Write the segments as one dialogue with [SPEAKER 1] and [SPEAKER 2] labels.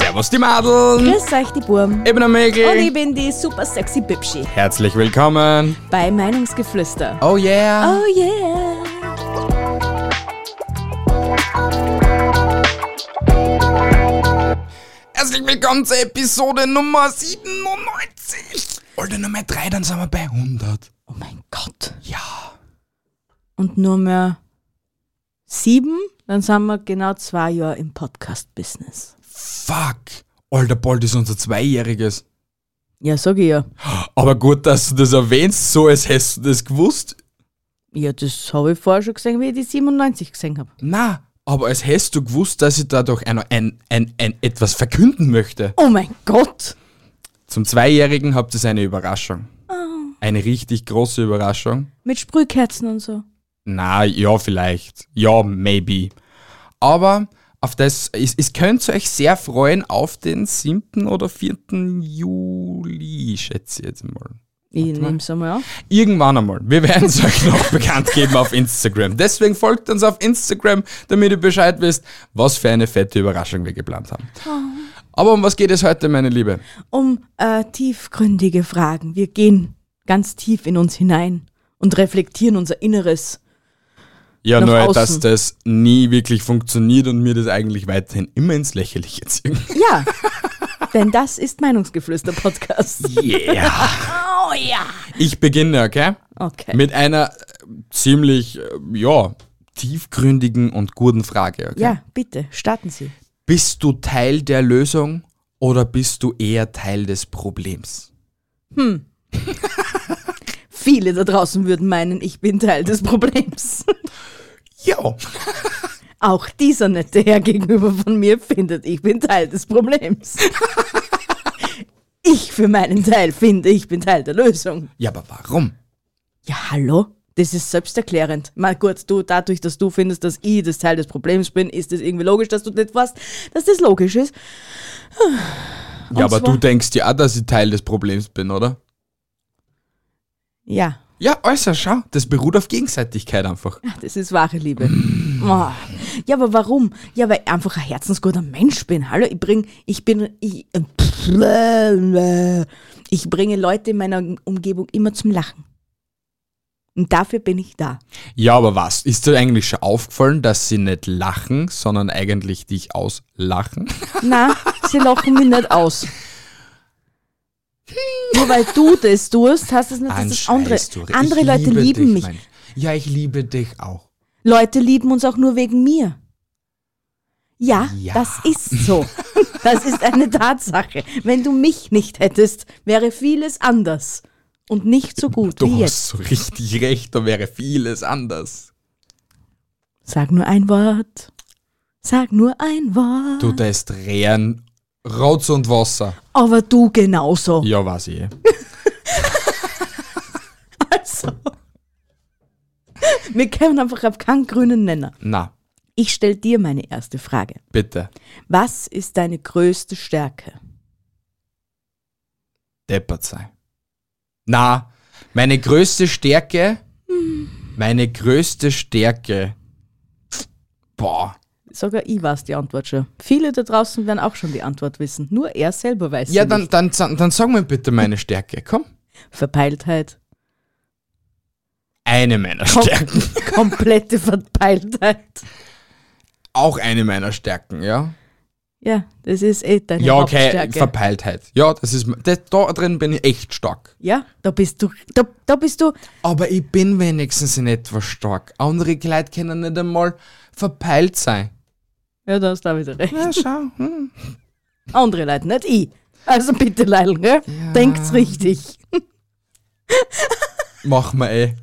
[SPEAKER 1] Servus die Madeln,
[SPEAKER 2] Grüß euch, die Burm.
[SPEAKER 1] ich bin der Mäkel.
[SPEAKER 2] Und ich bin die super sexy Bibschi
[SPEAKER 1] Herzlich willkommen.
[SPEAKER 2] bei Meinungsgeflüster.
[SPEAKER 1] Oh yeah.
[SPEAKER 2] Oh yeah.
[SPEAKER 1] Herzlich willkommen zur Episode Nummer 97. Oder Nummer 3, dann sind wir bei 100.
[SPEAKER 2] Oh mein Gott.
[SPEAKER 1] Ja.
[SPEAKER 2] Und nur mehr sieben, dann sind wir genau zwei Jahre im Podcast-Business.
[SPEAKER 1] Fuck. Alter, bald ist unser Zweijähriges.
[SPEAKER 2] Ja, sag ich ja.
[SPEAKER 1] Aber gut, dass du das erwähnst, so als hättest du das gewusst.
[SPEAKER 2] Ja, das habe ich vorher schon gesehen, wie ich die 97 gesehen habe.
[SPEAKER 1] Na, aber als hättest du gewusst, dass ich dadurch ein, ein, ein, ein etwas verkünden möchte.
[SPEAKER 2] Oh mein Gott.
[SPEAKER 1] Zum Zweijährigen habt ihr eine Überraschung. Eine richtig große Überraschung.
[SPEAKER 2] Mit Sprühkerzen und so.
[SPEAKER 1] Na, ja, vielleicht. Ja, maybe. Aber auf das, es, es könnt euch sehr freuen auf den 7. oder 4. Juli, schätze ich jetzt mal.
[SPEAKER 2] Ich nehme es einmal auf.
[SPEAKER 1] Irgendwann einmal. Wir werden es euch noch bekannt geben auf Instagram. Deswegen folgt uns auf Instagram, damit ihr Bescheid wisst, was für eine fette Überraschung wir geplant haben.
[SPEAKER 2] Oh.
[SPEAKER 1] Aber um was geht es heute, meine Liebe?
[SPEAKER 2] Um äh, tiefgründige Fragen. Wir gehen ganz tief in uns hinein und reflektieren unser Inneres.
[SPEAKER 1] Ja,
[SPEAKER 2] Nach
[SPEAKER 1] nur,
[SPEAKER 2] außen.
[SPEAKER 1] dass das nie wirklich funktioniert und mir das eigentlich weiterhin immer ins Lächerliche ziehen.
[SPEAKER 2] Ja, denn das ist Meinungsgeflüster-Podcast.
[SPEAKER 1] Yeah.
[SPEAKER 2] Oh ja.
[SPEAKER 1] Ich beginne, okay?
[SPEAKER 2] Okay.
[SPEAKER 1] Mit einer äh, ziemlich, äh, ja, tiefgründigen und guten Frage. Okay?
[SPEAKER 2] ja, bitte, starten Sie.
[SPEAKER 1] Bist du Teil der Lösung oder bist du eher Teil des Problems?
[SPEAKER 2] Viele da draußen würden meinen, ich bin Teil des Problems.
[SPEAKER 1] Ja.
[SPEAKER 2] Auch dieser nette Herr gegenüber von mir findet, ich bin Teil des Problems. Ich für meinen Teil finde, ich bin Teil der Lösung.
[SPEAKER 1] Ja, aber warum?
[SPEAKER 2] Ja, hallo? Das ist selbsterklärend. Mal gut, du, dadurch, dass du findest, dass ich das Teil des Problems bin, ist es irgendwie logisch, dass du nicht weißt, dass das logisch ist. Und
[SPEAKER 1] ja, aber
[SPEAKER 2] zwar-
[SPEAKER 1] du denkst ja auch, dass ich Teil des Problems bin, oder?
[SPEAKER 2] Ja,
[SPEAKER 1] Ja, äußerst, schau. Das beruht auf Gegenseitigkeit einfach.
[SPEAKER 2] Das ist wahre Liebe. Oh. Ja, aber warum? Ja, weil ich einfach ein herzensguter Mensch bin. Hallo, ich bringe, ich bin, ich, ich bringe Leute in meiner Umgebung immer zum Lachen. Und dafür bin ich da.
[SPEAKER 1] Ja, aber was? Ist dir eigentlich schon aufgefallen, dass sie nicht lachen, sondern eigentlich dich auslachen?
[SPEAKER 2] Na, sie lachen mich nicht aus. Nur weil du das tust, hast es nicht, dass das andere,
[SPEAKER 1] Anscheiß, du. Ich
[SPEAKER 2] andere Leute
[SPEAKER 1] liebe
[SPEAKER 2] lieben
[SPEAKER 1] dich,
[SPEAKER 2] mich.
[SPEAKER 1] Mensch. Ja, ich liebe dich auch.
[SPEAKER 2] Leute lieben uns auch nur wegen mir. Ja,
[SPEAKER 1] Ja.
[SPEAKER 2] das ist so. Das ist eine Tatsache. Wenn du mich nicht hättest, wäre vieles anders und nicht so gut
[SPEAKER 1] Du
[SPEAKER 2] wie jetzt.
[SPEAKER 1] hast so richtig recht, da wäre vieles anders.
[SPEAKER 2] Sag nur ein Wort. Sag nur ein Wort.
[SPEAKER 1] Du, da ist Rehren, Rotz und Wasser.
[SPEAKER 2] Aber du genauso.
[SPEAKER 1] Ja, weiß ich. eh.
[SPEAKER 2] Also. Wir kämen einfach auf keinen grünen Nenner.
[SPEAKER 1] Na,
[SPEAKER 2] Ich stelle dir meine erste Frage.
[SPEAKER 1] bitte.
[SPEAKER 2] Was ist deine größte Stärke?
[SPEAKER 1] Deppert sein. Na, meine größte Stärke, meine größte Stärke, boah.
[SPEAKER 2] Sogar ich weiß die Antwort schon. Viele da draußen werden auch schon die Antwort wissen. Nur er selber weiß
[SPEAKER 1] Ja,
[SPEAKER 2] sie
[SPEAKER 1] dann,
[SPEAKER 2] nicht.
[SPEAKER 1] dann, dann, dann sag mir bitte meine Stärke, komm.
[SPEAKER 2] Verpeiltheit.
[SPEAKER 1] Eine meiner
[SPEAKER 2] Komm.
[SPEAKER 1] Stärken.
[SPEAKER 2] Komplette Verpeiltheit.
[SPEAKER 1] Auch eine meiner Stärken, ja.
[SPEAKER 2] Ja, das ist eh deine
[SPEAKER 1] Ja, okay,
[SPEAKER 2] Hauptstärke.
[SPEAKER 1] Verpeiltheit. Ja, das ist, das, da drin bin ich echt stark.
[SPEAKER 2] ja, da bist du, da, da bist du,
[SPEAKER 1] Aber ich bin wenigstens in etwas stark. Andere Leute können nicht einmal verpeilt sein.
[SPEAKER 2] ja, da hast du auch wieder recht.
[SPEAKER 1] Ja, schau. Hm.
[SPEAKER 2] Andere Leute, nicht ich. Also bitte, Leil, gell? Denkt's richtig.
[SPEAKER 1] Machen wir eh.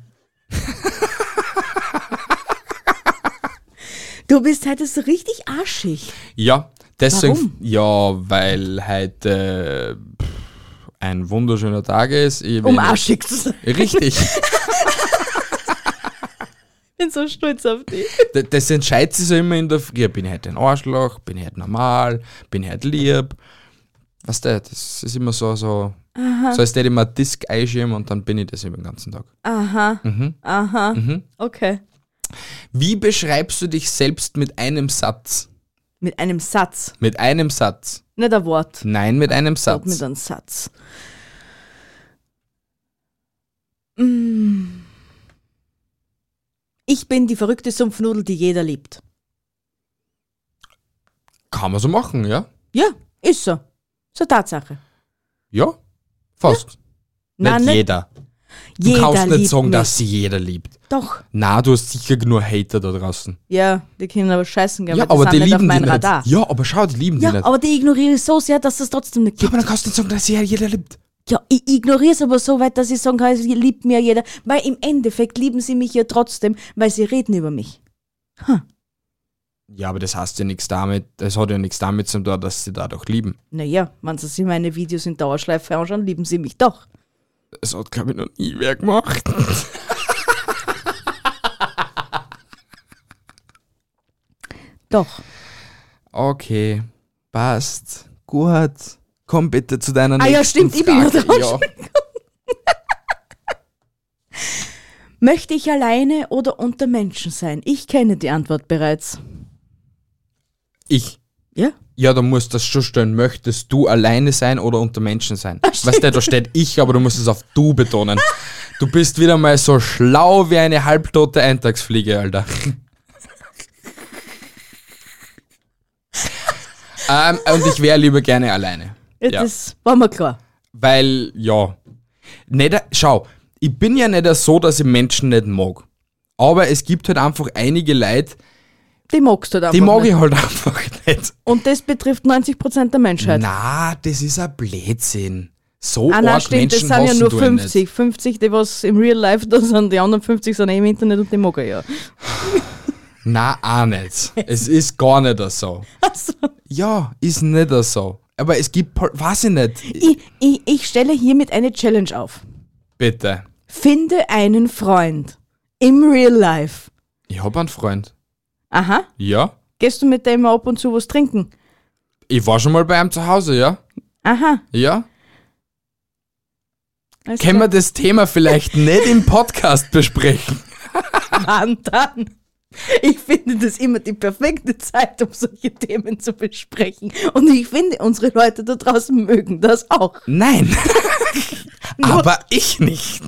[SPEAKER 2] Du bist heute so richtig arschig.
[SPEAKER 1] Ja, Deswegen,
[SPEAKER 2] Warum?
[SPEAKER 1] ja, weil heute pff, ein wunderschöner Tag ist. Ich
[SPEAKER 2] Um
[SPEAKER 1] wenig-
[SPEAKER 2] arschig zu sein.
[SPEAKER 1] Richtig.
[SPEAKER 2] Ich bin so stolz auf dich.
[SPEAKER 1] D- das entscheidet sich so immer in der Früh. Bin ich heute ein Arschloch? Bin ich heute normal? Bin ich heute lieb? Was weißt du, das ist immer so, so. So ist der immer Disk einschieben und dann bin ich das immer den ganzen Tag.
[SPEAKER 2] Okay.
[SPEAKER 1] Wie beschreibst du dich selbst mit einem Satz?
[SPEAKER 2] Mit einem Satz.
[SPEAKER 1] Mit einem Satz.
[SPEAKER 2] Nicht ein Wort.
[SPEAKER 1] Nein, mit einem
[SPEAKER 2] Satz.
[SPEAKER 1] Satz.
[SPEAKER 2] Mit einem Satz. Mm. Ich bin die verrückte Sumpfnudel, die jeder liebt.
[SPEAKER 1] Kann man so machen, ja?
[SPEAKER 2] Ja, ist so. So Tatsache.
[SPEAKER 1] Ja, fast. Nicht
[SPEAKER 2] ne-
[SPEAKER 1] jeder. Du
[SPEAKER 2] jeder
[SPEAKER 1] kannst nicht
[SPEAKER 2] liebt
[SPEAKER 1] sagen,
[SPEAKER 2] mich.
[SPEAKER 1] dass sie jeder liebt.
[SPEAKER 2] Doch.
[SPEAKER 1] Na, du hast sicher nur Hater da draußen.
[SPEAKER 2] Ja, die können aber scheißen gehen, weil
[SPEAKER 1] Ja,
[SPEAKER 2] die
[SPEAKER 1] aber
[SPEAKER 2] sind
[SPEAKER 1] die
[SPEAKER 2] nicht auf
[SPEAKER 1] lieben die
[SPEAKER 2] meinem
[SPEAKER 1] nicht.
[SPEAKER 2] Radar.
[SPEAKER 1] Ja, aber schau, die lieben
[SPEAKER 2] Ja,
[SPEAKER 1] die nicht.
[SPEAKER 2] aber die ignoriere ich so sehr, dass es trotzdem nicht gibt.
[SPEAKER 1] ja, aber dann kannst du nicht sagen, dass sie jeder liebt.
[SPEAKER 2] Ja, ich ignoriere es aber so weit, dass ich sagen kann, es liebt mir jeder. Weil im Endeffekt lieben sie mich ja trotzdem, weil sie reden über mich.
[SPEAKER 1] Ja, aber das heißt ja nichts damit, das hat ja nichts damit zu tun, dass sie dadurch lieben.
[SPEAKER 2] Naja, wenn sie sich meine Videos in Dauerschleife anschauen, lieben sie mich doch.
[SPEAKER 1] Das hat, glaube ich, noch nie wer gemacht.
[SPEAKER 2] Doch.
[SPEAKER 1] Okay, passt. Gut. Komm bitte zu deiner
[SPEAKER 2] Ah
[SPEAKER 1] nächsten
[SPEAKER 2] ja, stimmt, ich bin ja
[SPEAKER 1] Frage.
[SPEAKER 2] dran. Möchte ich alleine oder unter Menschen sein? Ich kenne die Antwort bereits.
[SPEAKER 1] Ich.
[SPEAKER 2] Ja?
[SPEAKER 1] Ja, da musst du das schon stellen. Möchtest du alleine sein oder unter Menschen sein? weißt du, da steht ich, aber du musst es auf du betonen. Du bist wieder mal so schlau wie eine halbtote Eintagsfliege, Alter. ähm, und ich wäre lieber gerne alleine.
[SPEAKER 2] Ja,
[SPEAKER 1] Ja.
[SPEAKER 2] Das war mir klar.
[SPEAKER 1] Weil, ja. Nicht, schau, ich bin ja nicht so, dass ich Menschen nicht mag. Aber es gibt halt einfach einige Leute,
[SPEAKER 2] Die magst du halt einfach
[SPEAKER 1] die mag
[SPEAKER 2] nicht.
[SPEAKER 1] ich halt einfach nicht.
[SPEAKER 2] Und das betrifft 90% der Menschheit.
[SPEAKER 1] Na, das ist ein Blödsinn. So
[SPEAKER 2] Ah, nein,
[SPEAKER 1] arg
[SPEAKER 2] stimmt, das
[SPEAKER 1] Menschen
[SPEAKER 2] sind ja
[SPEAKER 1] hassen
[SPEAKER 2] nur
[SPEAKER 1] du ja nicht.
[SPEAKER 2] 50. 50, die was im Real Life da sind, die anderen 50 sind eh im Internet und die mag er ja.
[SPEAKER 1] Na, auch nicht. Es ist gar nicht so. Ja, ist nicht so. Aber es gibt, halt- weiß ich nicht.
[SPEAKER 2] Ich, ich, ich stelle hiermit eine Challenge auf.
[SPEAKER 1] Bitte.
[SPEAKER 2] Finde einen Freund im Real Life.
[SPEAKER 1] Ich hab einen Freund.
[SPEAKER 2] Aha,
[SPEAKER 1] Ja.
[SPEAKER 2] gehst du mit dem ab und zu was trinken?
[SPEAKER 1] Ich war schon mal bei ihm zu Hause, ja?
[SPEAKER 2] Aha.
[SPEAKER 1] Ja.
[SPEAKER 2] alles
[SPEAKER 1] Können wir
[SPEAKER 2] klar.
[SPEAKER 1] das Thema vielleicht nicht im Podcast besprechen?
[SPEAKER 2] Mann, dann. Ich finde das immer die perfekte Zeit, um solche Themen zu besprechen. Und ich finde, unsere Leute da draußen mögen das auch.
[SPEAKER 1] Nein. Aber ich nicht.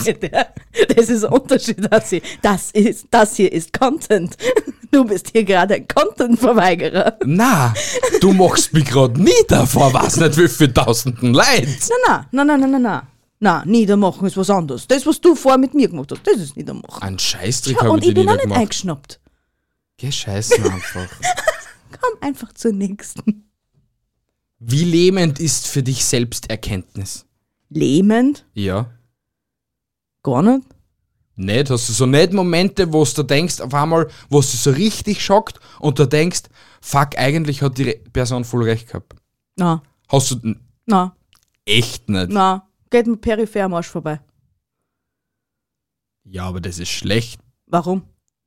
[SPEAKER 2] Das ist ein Unterschied, dass sie, das ist, das hier ist Content. Du bist hier gerade ein Content-Verweigerer.
[SPEAKER 1] Na, du machst mich gerade nieder vor was nicht wie viel tausenden Leid.
[SPEAKER 2] Na, na, na, na, na, na, na. Na, niedermachen ist was anderes. Das, was du vorher mit mir gemacht hast, das ist niedermachen.
[SPEAKER 1] Ein Scheißtrick
[SPEAKER 2] Ja,
[SPEAKER 1] habe
[SPEAKER 2] und
[SPEAKER 1] ich
[SPEAKER 2] ich
[SPEAKER 1] dir
[SPEAKER 2] bin auch
[SPEAKER 1] nicht
[SPEAKER 2] nicht
[SPEAKER 1] gemacht.
[SPEAKER 2] eingeschnappt.
[SPEAKER 1] Geh scheißen einfach.
[SPEAKER 2] Komm einfach zur nächsten.
[SPEAKER 1] Wie lähmend ist für dich Selbsterkenntnis?
[SPEAKER 2] Lähmend?
[SPEAKER 1] Ja.
[SPEAKER 2] Gar nicht.
[SPEAKER 1] Nicht? Hast du so nicht Momente, wo du denkst, auf einmal, wo es dich so richtig schockt und du denkst, fuck, eigentlich hat die Re- Person voll recht gehabt.
[SPEAKER 2] Na,
[SPEAKER 1] Hast du n-
[SPEAKER 2] na,
[SPEAKER 1] echt nicht?
[SPEAKER 2] na. Geht mir peripher am Arsch vorbei.
[SPEAKER 1] Ja, aber das ist schlecht.
[SPEAKER 2] Warum?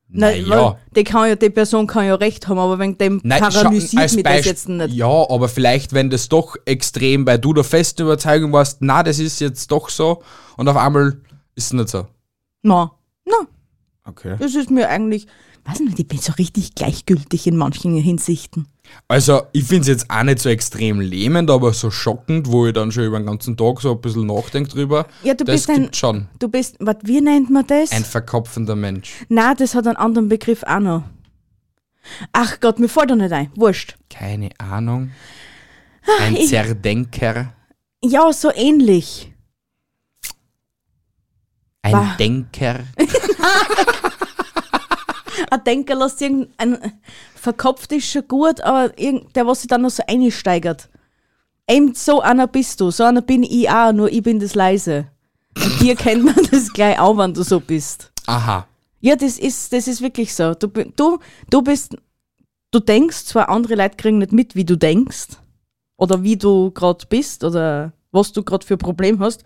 [SPEAKER 1] Na
[SPEAKER 2] Nein,
[SPEAKER 1] ja.
[SPEAKER 2] weil Die, kann ja, die Person kann ja recht haben, aber wegen dem
[SPEAKER 1] Nein, schau,
[SPEAKER 2] paralysiert
[SPEAKER 1] als
[SPEAKER 2] mich das
[SPEAKER 1] Beisp-
[SPEAKER 2] jetzt nicht.
[SPEAKER 1] Ja, aber vielleicht, wenn das doch extrem, weil du der festen Überzeugung warst, na, das ist jetzt doch so und auf einmal ist es nicht so.
[SPEAKER 2] Na, na,
[SPEAKER 1] Okay.
[SPEAKER 2] Das ist mir eigentlich, weiß nicht, ich bin so richtig gleichgültig in manchen Hinsichten.
[SPEAKER 1] Also, ich finde es jetzt auch nicht so extrem lähmend, aber so schockend, wo ich dann schon über den ganzen Tag so ein bisschen nachdenke drüber.
[SPEAKER 2] Ja, du
[SPEAKER 1] das
[SPEAKER 2] bist ein-
[SPEAKER 1] gibt schon.
[SPEAKER 2] Du bist, was, wie nennt man das?
[SPEAKER 1] Ein verkopfender Mensch.
[SPEAKER 2] Na, das hat einen anderen Begriff auch noch. Ach Gott, mir fällt da nicht ein. Wurscht. Ah,
[SPEAKER 1] Keine Ahnung. Ein
[SPEAKER 2] ich-
[SPEAKER 1] Zerdenker.
[SPEAKER 2] Ja, so ähnlich.
[SPEAKER 1] Ein
[SPEAKER 2] Bah.
[SPEAKER 1] Denker.
[SPEAKER 2] Ein Denker Ah, lässt irgendein, verkopft ist schon gut, aber irgend, der, was sich dann noch so einsteigert. Eben so einer bist du, so einer bin ich auch, nur ich bin das leise. Und dir kennt man das gleich auch, wenn du so bist.
[SPEAKER 1] Aha.
[SPEAKER 2] Ja, das ist, das ist wirklich so. Du, bi- du, du bist du denkst zwar, andere Leute kriegen nicht mit, wie du denkst oder wie du gerade bist oder was du gerade für ein Problem hast,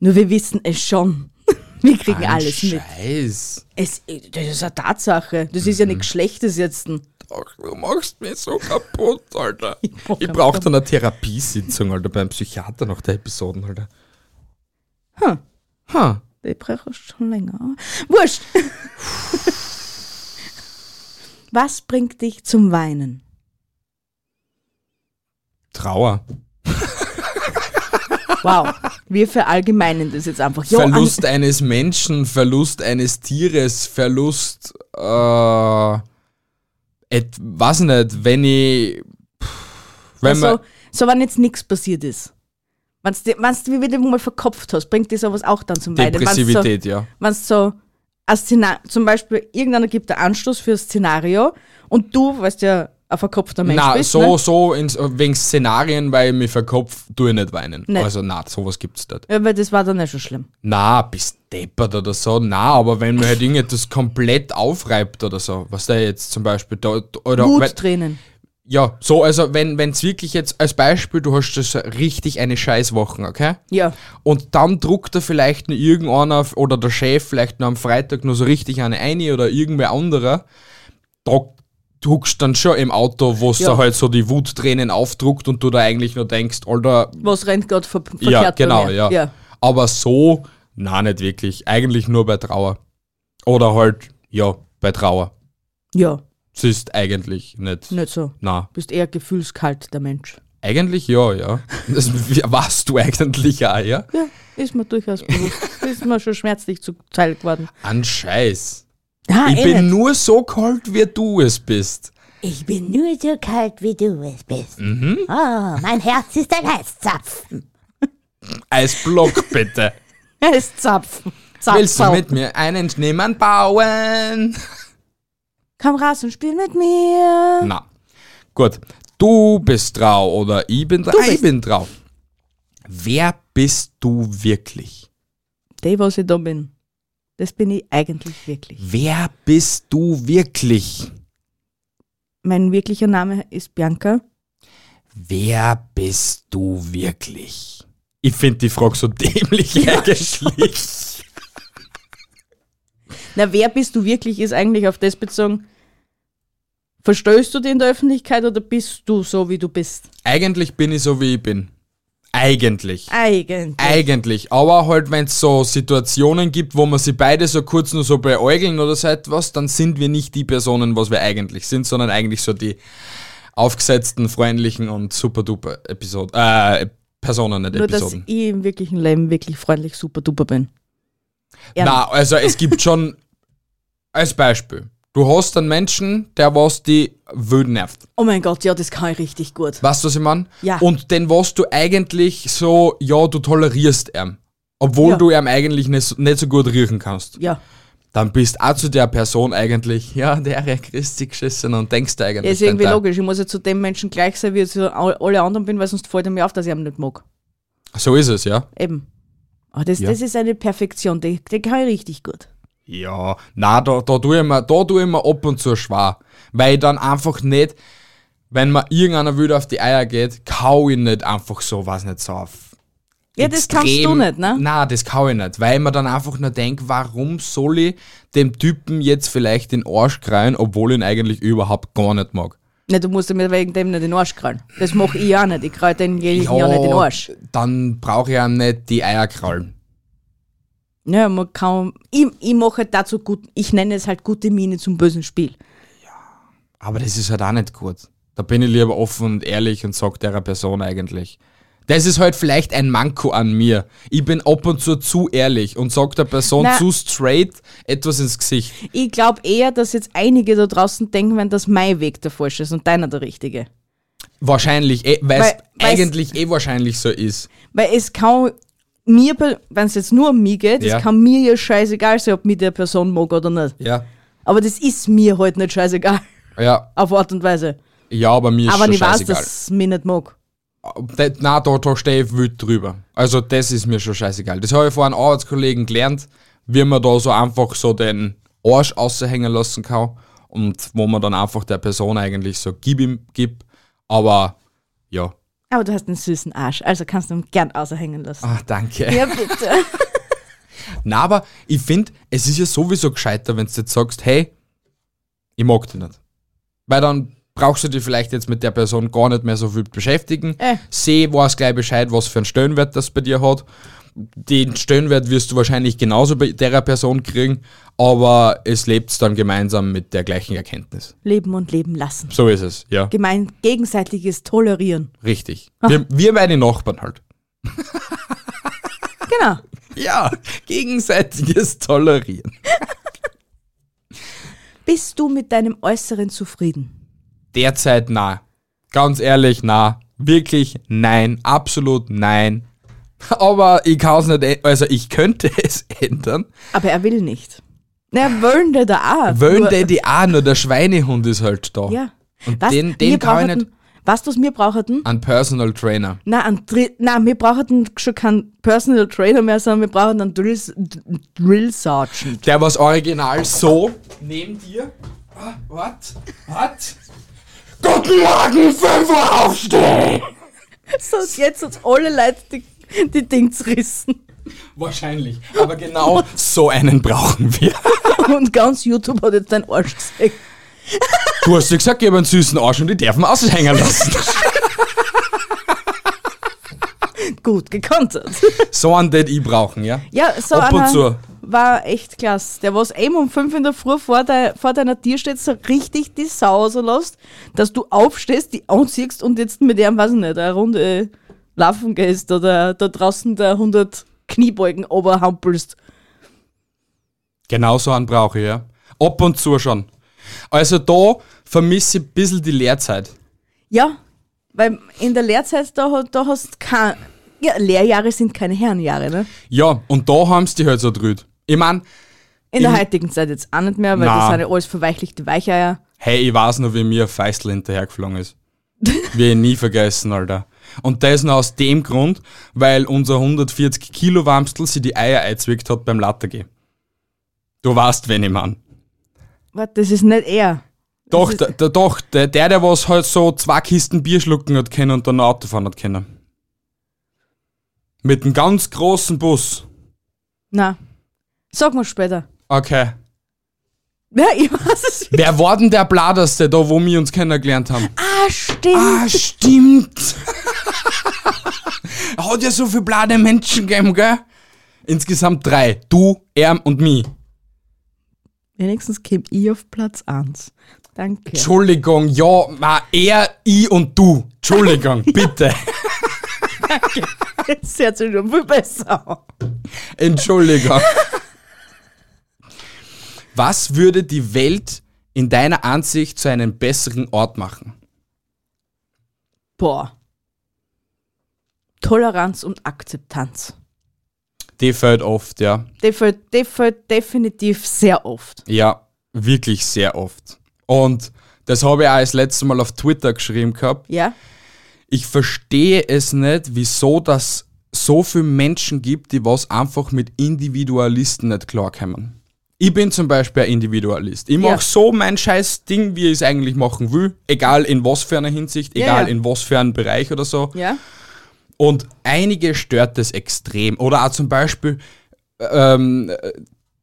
[SPEAKER 2] nur wir wissen es schon. Wir kriegen
[SPEAKER 1] Ein
[SPEAKER 2] alles mit.
[SPEAKER 1] Scheiß.
[SPEAKER 2] Es, äh, das ist eine Tatsache. Das ist ja
[SPEAKER 1] Mhm.
[SPEAKER 2] nichts Schlechtes jetzt.
[SPEAKER 1] Ach, du machst mich so kaputt, Alter.
[SPEAKER 2] mach
[SPEAKER 1] Ich brauche dann eine Therapiesitzung, Alter, beim Psychiater nach der Episode, Alter.
[SPEAKER 2] Hm.
[SPEAKER 1] Huh.
[SPEAKER 2] Die brauche ich schon länger. aber Wurscht! Was bringt dich zum Weinen?
[SPEAKER 1] Trauer.
[SPEAKER 2] Wow, wir verallgemeinen das jetzt einfach. Ja,
[SPEAKER 1] Verlust eines Menschen, Verlust eines Tieres, Verlust, äh, et, weiß nicht, wenn ich, pff, wenn
[SPEAKER 2] also,
[SPEAKER 1] man,
[SPEAKER 2] so, wenn jetzt nichts passiert ist. Wenn du wie wieder mal verkopft hast, bringt dir sowas auch dann zum Weinen. Wenn
[SPEAKER 1] Depressivität, ja.
[SPEAKER 2] du so, ein Szenar zum Beispiel, irgendeiner gibt einen Anstoß für ein Szenario und du, weißt ja, ein verkopfter Mensch
[SPEAKER 1] Na,
[SPEAKER 2] bist.
[SPEAKER 1] so,
[SPEAKER 2] ne?
[SPEAKER 1] so, ins, wegen Szenarien, weil ich mich verkopf, tue ich nicht weinen.
[SPEAKER 2] Nein.
[SPEAKER 1] Also, na, sowas gibt's nicht.
[SPEAKER 2] Ja, weil das war dann nicht schon schlimm.
[SPEAKER 1] Na, bist deppert oder so, na, aber wenn mir halt irgendetwas komplett aufreibt oder so, was da jetzt zum Beispiel, da, oder, weil-
[SPEAKER 2] Wuttränen.
[SPEAKER 1] ja, so, also, wenn, wenn's wirklich jetzt, als Beispiel, du hast das richtig eine Scheißwoche, okay?
[SPEAKER 2] Ja.
[SPEAKER 1] Und dann druckt er vielleicht nur irgendeiner f- oder der Chef vielleicht nur am Freitag nur so richtig eine eine oder irgendwer anderer. Da druckst dann schon im Auto, wo es
[SPEAKER 2] Ja.
[SPEAKER 1] da halt so die Wuttränen aufdruckt und du da eigentlich nur denkst, Alter,
[SPEAKER 2] Was rennt gerade ver verkehrt
[SPEAKER 1] ja, genau,
[SPEAKER 2] bei mir.
[SPEAKER 1] ja.
[SPEAKER 2] ja.
[SPEAKER 1] Aber so, na nicht wirklich. Eigentlich nur bei Trauer. Oder halt, ja, bei Trauer.
[SPEAKER 2] Ja,
[SPEAKER 1] Es ist eigentlich nicht.
[SPEAKER 2] nicht so.
[SPEAKER 1] Na,
[SPEAKER 2] Bist eher gefühlskalt, der Mensch.
[SPEAKER 1] eigentlich ja, ja. Das warst du eigentlich auch, ja?
[SPEAKER 2] Ja, ist mir durchaus bewusst. ist mir schon schmerzlich zuteil geworden.
[SPEAKER 1] An Scheiß.
[SPEAKER 2] Ah,
[SPEAKER 1] Ich bin nur so kalt, wie du es bist.
[SPEAKER 3] Ich bin nur so kalt, wie du es bist.
[SPEAKER 1] Mhm.
[SPEAKER 3] Oh, mein Herz ist ein Heißzapfen.
[SPEAKER 1] Eisblock, bitte.
[SPEAKER 2] Er ist Zapfen. Zapfen.
[SPEAKER 1] Willst du mit mir einen Schneemann bauen?
[SPEAKER 2] Komm raus und spiel mit mir.
[SPEAKER 1] Na, gut. Du bist trau oder ich bin trau. Ich bin trau. Wer bist du wirklich?
[SPEAKER 2] Der, was ich da bin, das bin ich eigentlich wirklich.
[SPEAKER 1] Wer bist du wirklich?
[SPEAKER 2] Mein wirklicher Name ist Bianca.
[SPEAKER 1] Wer bist du wirklich? Ich finde die Frage so dämlich eigentlich.
[SPEAKER 2] Na, wer bist du wirklich, ist eigentlich auf das bezogen. Verstößt du dich in der Öffentlichkeit oder bist du so, wie du bist?
[SPEAKER 1] Eigentlich bin ich so, wie ich bin. Eigentlich.
[SPEAKER 2] Eigentlich.
[SPEAKER 1] Eigentlich, aber halt, wenn es so Situationen gibt, wo man sie beide so kurz nur so beäugeln oder so etwas, dann sind wir nicht die Personen, was wir eigentlich sind, sondern eigentlich so die aufgesetzten, freundlichen und super duper Episoden, äh, Personen, nicht
[SPEAKER 2] Nur, dass
[SPEAKER 1] Episoden.
[SPEAKER 2] ich im wirklichen Leben wirklich freundlich super duper bin. Ehrlich.
[SPEAKER 1] Na, also es gibt schon, als Beispiel, du hast einen Menschen, der was die wütend nervt.
[SPEAKER 2] Oh mein Gott, ja, das kann ich richtig gut.
[SPEAKER 1] Weißt du, was ich meine?
[SPEAKER 2] Ja.
[SPEAKER 1] Und den was du eigentlich so, ja, du tolerierst ihm. Obwohl
[SPEAKER 2] Ja.
[SPEAKER 1] du ihm eigentlich nicht, so- nicht so gut riechen kannst.
[SPEAKER 2] Ja,
[SPEAKER 1] dann bist auch zu der Person eigentlich, ja, der ja Christi geschissen und denkst dir eigentlich.
[SPEAKER 2] ist irgendwie
[SPEAKER 1] den da-
[SPEAKER 2] logisch. Ich muss ja zu dem Menschen gleich sein, wie ich zu all- alle anderen bin, weil sonst fällt er mir auf, dass ich ihn nicht mag.
[SPEAKER 1] So ist es, ja.
[SPEAKER 2] Eben. Aber Ah, das,
[SPEAKER 1] Ja.
[SPEAKER 2] das ist eine Perfektion, die, die kann ich richtig gut.
[SPEAKER 1] Ja, na, da, da tue ich mir, da tue ich mir ab und zu schwer. Weil ich dann einfach nicht, wenn mir irgendeiner wieder auf die Eier geht, kau ich nicht einfach so, was nicht so auf.
[SPEAKER 2] Ja, das kannst du
[SPEAKER 1] extrem-
[SPEAKER 2] nicht, ne?
[SPEAKER 1] Nein, das kann ich nicht, weil ich mir dann einfach nur denke, warum soll ich dem Typen jetzt vielleicht den Arsch kreien, obwohl ich ihn eigentlich überhaupt gar nicht mag.
[SPEAKER 2] Ne, du musst mir wegen dem nicht den Arsch krallen. Das mache ich auch nicht. Ich krall denjenigen ja nicht den Arsch.
[SPEAKER 1] Dann brauche ich ja nicht die Eier krallen.
[SPEAKER 2] Ja, Ne, man kann. Ich, ich mache halt dazu gut, ich nenne es halt gute Miene zum bösen Spiel.
[SPEAKER 1] Aber das ist halt auch nicht gut. Da bin ich lieber offen und ehrlich und sag der Person eigentlich. Das ist halt vielleicht ein Manko an mir. Ich bin ab und zu zu ehrlich und sag der Person
[SPEAKER 2] Na.
[SPEAKER 1] zu straight etwas ins Gesicht.
[SPEAKER 2] Ich glaube eher, dass jetzt einige da draußen denken werden, dass mein Weg der falsche ist und deiner der richtige.
[SPEAKER 1] Wahrscheinlich, eh, weil es
[SPEAKER 2] Weil- weil's-
[SPEAKER 1] eigentlich eh wahrscheinlich so ist.
[SPEAKER 2] Weil es kann mir, wenn es jetzt nur um mich geht,
[SPEAKER 1] Ja.
[SPEAKER 2] es kann mir ja scheißegal sein, ob mich der Person mag oder nicht.
[SPEAKER 1] Ja.
[SPEAKER 2] Aber das ist mir halt nicht scheißegal,
[SPEAKER 1] Ja,
[SPEAKER 2] auf Art und Weise.
[SPEAKER 1] ja aber mir ist
[SPEAKER 2] Aber
[SPEAKER 1] schon
[SPEAKER 2] ich weiß,
[SPEAKER 1] scheißegal.
[SPEAKER 2] dass es mich nicht mag.
[SPEAKER 1] Da- Na, da, da stehe ich wild drüber. Also das ist mir schon scheißegal. Das habe ich von einem Arbeitskollegen gelernt, wie man da so einfach so den Arsch aushängen lassen kann. Und wo man dann einfach der Person eigentlich so gib ihm, gib. Aber ja.
[SPEAKER 2] Aber du hast einen süßen Arsch, also kannst du ihn gern außerhängen lassen.
[SPEAKER 1] Ah, danke.
[SPEAKER 2] Ja, bitte.
[SPEAKER 1] Na, aber ich finde, es ist ja sowieso gescheiter, wenn du jetzt sagst, hey, ich mag dich nicht. Weil dann brauchst du dich vielleicht jetzt mit der Person gar nicht mehr so viel beschäftigen.
[SPEAKER 2] Äh.
[SPEAKER 1] Seh, weiß gleich Bescheid, was für einen Stellenwert das bei dir hat. Den Stellenwert wirst du wahrscheinlich genauso bei der Person kriegen, aber es lebt dann gemeinsam mit der gleichen Erkenntnis.
[SPEAKER 2] leben und leben lassen.
[SPEAKER 1] So ist es, ja.
[SPEAKER 2] Gemein gegenseitiges Tolerieren.
[SPEAKER 1] Richtig. Wir, wir meine Nachbarn halt.
[SPEAKER 2] Genau.
[SPEAKER 1] Ja, gegenseitiges Tolerieren.
[SPEAKER 2] Bist du mit deinem Äußeren zufrieden?
[SPEAKER 1] Derzeit na. Ganz ehrlich, na. Wirklich nein. Absolut nein. Aber ich kann es nicht, ä- also ich könnte es ändern.
[SPEAKER 2] Aber er will nicht. Na, wollen der da auch.
[SPEAKER 1] Wollen
[SPEAKER 2] nur-
[SPEAKER 1] der die auch nur, der Schweinehund ist halt da.
[SPEAKER 2] Ja.
[SPEAKER 1] Und
[SPEAKER 2] Was?
[SPEAKER 1] den,
[SPEAKER 2] Wir
[SPEAKER 1] den kann ich
[SPEAKER 2] brauchen-
[SPEAKER 1] nicht
[SPEAKER 2] Weißt du, was wir brauchen?
[SPEAKER 1] an Personal Trainer.
[SPEAKER 2] Nein, einen Dri- Nein, wir brauchen schon keinen Personal Trainer mehr, sondern wir brauchen einen Drill, Drill Sergeant.
[SPEAKER 1] Der was original so neben dir. Ah, What? What? Guten Morgen, 5 Uhr aufstehen!
[SPEAKER 2] So, jetzt hat alle Leute die, die Dings rissen.
[SPEAKER 1] Wahrscheinlich. Aber genau so einen brauchen wir.
[SPEAKER 2] Und ganz YouTube hat jetzt deinen Arsch gesehen.
[SPEAKER 1] Du hast ja gesagt, ich habe einen süßen Arsch und die dürfen aushängen lassen.
[SPEAKER 2] Gut gekontert.
[SPEAKER 1] So einen, den ich brauchen, ja?
[SPEAKER 2] Ja, so
[SPEAKER 1] Ab und
[SPEAKER 2] einer
[SPEAKER 1] zu.
[SPEAKER 2] war echt klasse. Der, was eben um 5 in der Früh vor, dei- vor deiner Tür steht, so richtig die Sau rauslässt, dass du aufstehst, die anziehst und jetzt mit dem, weiß ich nicht, eine Runde äh, laufen gehst oder da draußen der 100 Kniebeugen oberhampelst.
[SPEAKER 1] Genau so einen brauche ich, ja. Ab und zu schon. Also da vermisse ich ein bisschen die Lehrzeit.
[SPEAKER 2] Ja, weil in der Lehrzeit, da, hat- da hast du kein... Ja, Lehrjahre sind keine Herrenjahre, ne?
[SPEAKER 1] Ja, und da haben sie die halt so drüht. Ich mein,
[SPEAKER 2] In der
[SPEAKER 1] Im-
[SPEAKER 2] heutigen Zeit jetzt auch nicht mehr, weil
[SPEAKER 1] Na.
[SPEAKER 2] das sind ja alles verweichlichte Weicheier.
[SPEAKER 1] hey, ich weiß noch, wie mir ein Feistl hinterhergeflogen ist. Wie ich nie vergessen, Alter. Und das nur aus dem Grund, weil unser 140 Kilo Wamstel sie die Eier eizwickt hat beim Lattergehen. Du weißt, wen ich mein.
[SPEAKER 2] Warte, das ist nicht er.
[SPEAKER 1] Doch, der, der, doch, der, der, der was halt so zwei Kisten Bier schlucken hat können und dann noch Auto fahren hat können. Mit einem ganz großen Bus.
[SPEAKER 2] Na, sag mal später.
[SPEAKER 1] Okay.
[SPEAKER 2] Ja, ich weiß es
[SPEAKER 1] Wer war denn der Bladerste da, wo wir uns kennengelernt haben?
[SPEAKER 2] Ah, stimmt.
[SPEAKER 1] Ah, stimmt. hat ja so viel blade Menschen gegeben, gell? Insgesamt drei. Du, er und mich.
[SPEAKER 2] Wenigstens käme ich auf Platz 1. Danke.
[SPEAKER 1] Entschuldigung, ja, ma, er, ich und du. Entschuldigung, bitte.
[SPEAKER 2] Jetzt hört sich schon viel besser an.
[SPEAKER 1] Entschuldigung. Was würde die Welt in deiner Ansicht zu einem besseren Ort machen?
[SPEAKER 2] Boah. Toleranz und Akzeptanz.
[SPEAKER 1] Die fällt oft, ja.
[SPEAKER 2] Die fällt, die fällt definitiv sehr oft.
[SPEAKER 1] Ja, wirklich sehr oft. Und das habe ich auch das letzte Mal auf Twitter geschrieben gehabt.
[SPEAKER 2] Ja?
[SPEAKER 1] Ich verstehe es nicht, wieso das so viele Menschen gibt, die was einfach mit Individualisten nicht klarkommen. Ich bin zum Beispiel ein Individualist. Ich mache
[SPEAKER 2] Ja.
[SPEAKER 1] so mein scheiß Ding, wie ich es eigentlich machen will. Egal in was für einer Hinsicht,
[SPEAKER 2] Ja,
[SPEAKER 1] egal
[SPEAKER 2] ja.
[SPEAKER 1] in was für einem Bereich oder so.
[SPEAKER 2] Ja?
[SPEAKER 1] Und einige stört das extrem. Oder auch zum Beispiel ähm, äh,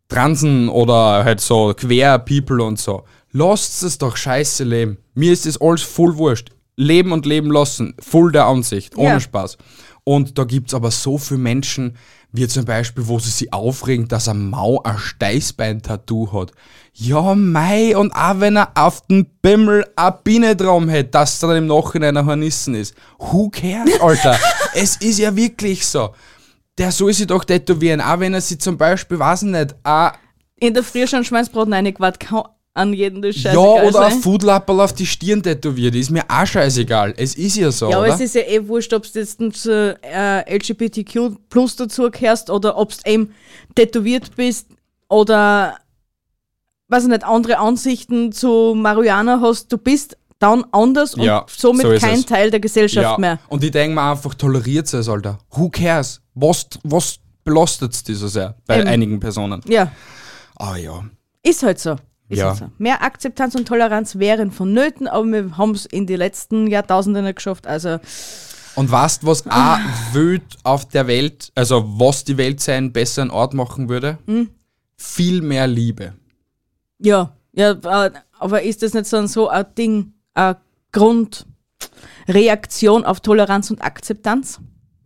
[SPEAKER 1] Transen oder halt so Queer-People und so. Lasst es doch scheiße leben. Mir ist das alles voll wurscht. Leben und leben lassen. Voll der Ansicht. Ohne
[SPEAKER 2] Ja.
[SPEAKER 1] Spaß. Und da gibt es aber so viele Menschen, wie zum Beispiel, wo sie sich aufregen, dass ein Mau ein Steißbein-Tattoo hat. Ja, mei, und auch wenn er auf den Bimmel eine Biene drum hätte, dass dann im Nachhinein ein Hornissen ist. Who cares, Alter? es ist ja wirklich so. Der soll sie doch tätowieren, auch wenn er sie zum Beispiel, weiß ich nicht, ein
[SPEAKER 2] In der Früh schon Schweinsbraten reingewartet, kann an jeden das
[SPEAKER 1] Ja,
[SPEAKER 2] scheißegal
[SPEAKER 1] oder ein
[SPEAKER 2] sein.
[SPEAKER 1] Foodlappel auf die Stirn tätowiert, ist mir auch scheißegal. Es ist ja so,
[SPEAKER 2] Ja, aber
[SPEAKER 1] oder?
[SPEAKER 2] es ist ja eh wurscht, ob du jetzt zu äh, LGBTQ plus dazu gehörst oder ob du eben tätowiert bist oder weiß ich nicht, andere Ansichten zu Marihuana hast, du bist dann anders und
[SPEAKER 1] Ja,
[SPEAKER 2] somit
[SPEAKER 1] so ist
[SPEAKER 2] kein
[SPEAKER 1] es.
[SPEAKER 2] Teil der Gesellschaft
[SPEAKER 1] ja.
[SPEAKER 2] mehr.
[SPEAKER 1] Und ich denke mir einfach, toleriert es, Alter. Who cares? Was, was belastet es die so sehr bei
[SPEAKER 2] Eben.
[SPEAKER 1] einigen Personen?
[SPEAKER 2] Ja,
[SPEAKER 1] Ah ja.
[SPEAKER 2] ist halt so. Ist
[SPEAKER 1] Ja.
[SPEAKER 2] halt so. Mehr Akzeptanz und Toleranz wären vonnöten, aber wir haben es in den letzten Jahrtausenden nicht geschafft. Also
[SPEAKER 1] Und weißt, was auch
[SPEAKER 2] Ah.
[SPEAKER 1] wild auf der Welt, also was die Welt seinen besseren Ort machen würde?
[SPEAKER 2] Hm?
[SPEAKER 1] Viel mehr Liebe.
[SPEAKER 2] ja, ja, äh, aber ist das nicht so ein, so ein Ding, eine Grundreaktion auf Toleranz und Akzeptanz?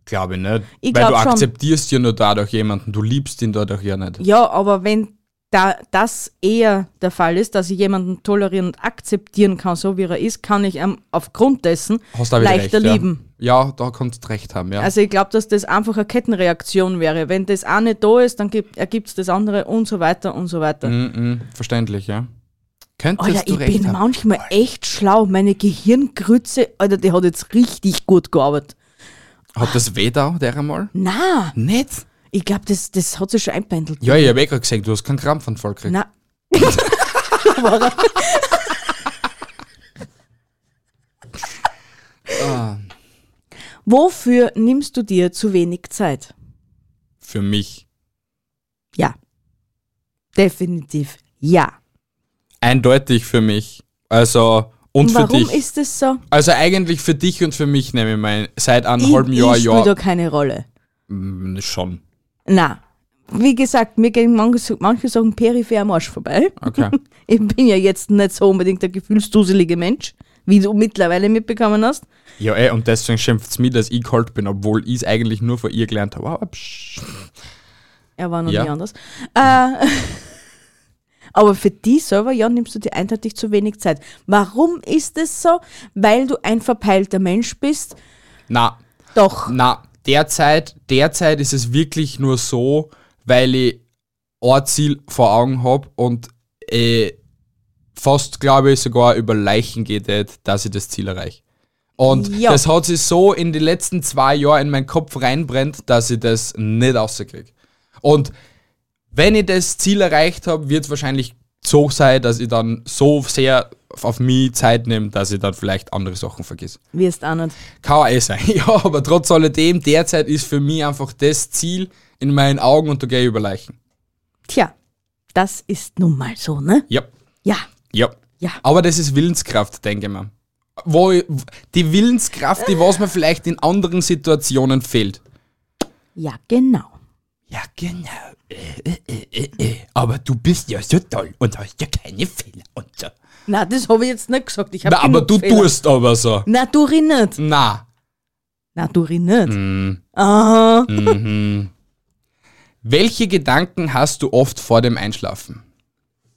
[SPEAKER 1] Glaube ich nicht.
[SPEAKER 2] Ich
[SPEAKER 1] Weil
[SPEAKER 2] glaub
[SPEAKER 1] du
[SPEAKER 2] schon.
[SPEAKER 1] akzeptierst ja nur dadurch jemanden, du liebst ihn dadurch ja nicht.
[SPEAKER 2] Ja, aber wenn da das eher der Fall ist, dass ich jemanden tolerieren und akzeptieren kann, so wie er ist, kann ich ihn aufgrund dessen
[SPEAKER 1] Hast da wieder
[SPEAKER 2] leichter
[SPEAKER 1] recht,
[SPEAKER 2] lieben.
[SPEAKER 1] Ja. ja, da kannst du recht haben, ja.
[SPEAKER 2] Also ich glaube, dass das einfach eine Kettenreaktion wäre. Wenn das eine da ist, dann ergibt es das andere und so weiter und so weiter.
[SPEAKER 1] Mhm, verständlich, ja. Könntest
[SPEAKER 2] Alter,
[SPEAKER 1] du
[SPEAKER 2] Oh ich
[SPEAKER 1] recht
[SPEAKER 2] bin
[SPEAKER 1] haben.
[SPEAKER 2] manchmal echt schlau. Meine Gehirngrütze, Alter, die hat jetzt richtig gut gearbeitet.
[SPEAKER 1] Hat das weh da, der einmal?
[SPEAKER 2] Na,
[SPEAKER 1] Nicht?
[SPEAKER 2] ich glaube, das, das hat sich schon einpendelt.
[SPEAKER 1] Ja, ich hab eh grad gesehen, du hast keinen Krampfanfall gekriegt.
[SPEAKER 2] Na.
[SPEAKER 1] Ah.
[SPEAKER 2] Wofür nimmst du dir zu wenig Zeit?
[SPEAKER 1] Für mich.
[SPEAKER 2] Ja. Definitiv ja.
[SPEAKER 1] Eindeutig für mich. Also, und
[SPEAKER 2] Und
[SPEAKER 1] für
[SPEAKER 2] warum
[SPEAKER 1] dich.
[SPEAKER 2] ist das so?
[SPEAKER 1] also eigentlich für dich und für mich nehme ich mein, seit einem halben
[SPEAKER 2] ich
[SPEAKER 1] Jahr,
[SPEAKER 2] ich spiele da
[SPEAKER 1] ja,
[SPEAKER 2] keine Rolle.
[SPEAKER 1] mm, schon.
[SPEAKER 2] Na, wie gesagt, mir gehen manche, manche Sachen peripher am Arsch vorbei.
[SPEAKER 1] Okay.
[SPEAKER 2] Ich bin ja jetzt nicht so unbedingt der gefühlsduselige Mensch, wie du mittlerweile mitbekommen hast.
[SPEAKER 1] ja, ey, und deswegen schimpft es mir, dass ich kalt bin, obwohl ich es eigentlich nur von ihr gelernt habe. Aber psch.
[SPEAKER 2] Er war noch
[SPEAKER 1] Ja.
[SPEAKER 2] nie anders. Äh, aber für die selber, ja, nimmst du dir eindeutig zu wenig Zeit. Warum ist es so? Weil du ein verpeilter Mensch bist.
[SPEAKER 1] Na,
[SPEAKER 2] Doch.
[SPEAKER 1] Na, derzeit, derzeit ist es wirklich nur so, weil ich ein Ziel vor Augen habe und äh, fast, glaube ich, sogar über Leichen geht, hätte, dass ich das Ziel erreiche. Und
[SPEAKER 2] Ja.
[SPEAKER 1] das hat sich so in die letzten zwei Jahre in meinen Kopf reinbrennt, dass ich das nicht rauskriege. Und wenn ich das Ziel erreicht habe, wird es wahrscheinlich so sein, dass ich dann so sehr auf mich Zeit nehme, dass ich dann vielleicht andere Sachen vergesse.
[SPEAKER 2] Wirst auch nicht.
[SPEAKER 1] Kann auch eh sein. Ja, aber trotz alledem, derzeit ist für mich einfach das Ziel in meinen Augen und da gehe ich über Leichen.
[SPEAKER 2] Tja, das ist nun mal so, ne?
[SPEAKER 1] Ja,
[SPEAKER 2] Ja.
[SPEAKER 1] ja.
[SPEAKER 2] Ja.
[SPEAKER 1] Aber das ist Willenskraft, denke ich mal. Wo, ich- die Willenskraft, die was mir vielleicht in anderen Situationen fehlt.
[SPEAKER 2] Ja, genau.
[SPEAKER 1] Ja, genau. äh, Aber du bist ja so toll und hast ja keine Fehler und so.
[SPEAKER 2] Na, das habe ich jetzt nicht gesagt. Ich hab
[SPEAKER 1] Na, aber
[SPEAKER 2] genug
[SPEAKER 1] du
[SPEAKER 2] Fehler.
[SPEAKER 1] tust aber so.
[SPEAKER 2] Na, tu ich nicht.
[SPEAKER 1] Na.
[SPEAKER 2] Na, tu ich nicht.
[SPEAKER 1] Hm.
[SPEAKER 2] Aha.
[SPEAKER 1] Welche Gedanken hast du oft vor dem Einschlafen?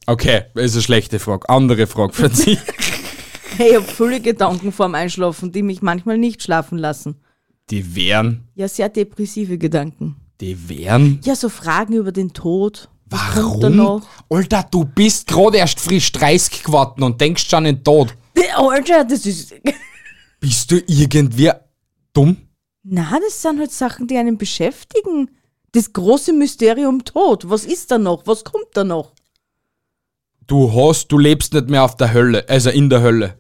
[SPEAKER 1] Okay, ist eine schlechte Frage. Andere Frage für dich.
[SPEAKER 2] Hey, ich habe viele Gedanken vorm Einschlafen, die mich manchmal nicht schlafen lassen.
[SPEAKER 1] Die wären.
[SPEAKER 2] Ja, sehr depressive Gedanken.
[SPEAKER 1] Die wären.
[SPEAKER 2] Ja, so Fragen über den Tod. Was kommt da
[SPEAKER 1] Warum?
[SPEAKER 2] noch?
[SPEAKER 1] Alter, du bist gerade erst frisch 30 geworden und denkst schon in den Tod.
[SPEAKER 2] Alter, Oh, das ist.
[SPEAKER 1] Bist du irgendwie dumm?
[SPEAKER 2] Na, das sind halt Sachen, die einen beschäftigen. Das große Mysterium Tod. Was ist da noch? Was kommt da noch?
[SPEAKER 1] Du hast, du lebst nicht mehr auf der Hölle, also in der Hölle.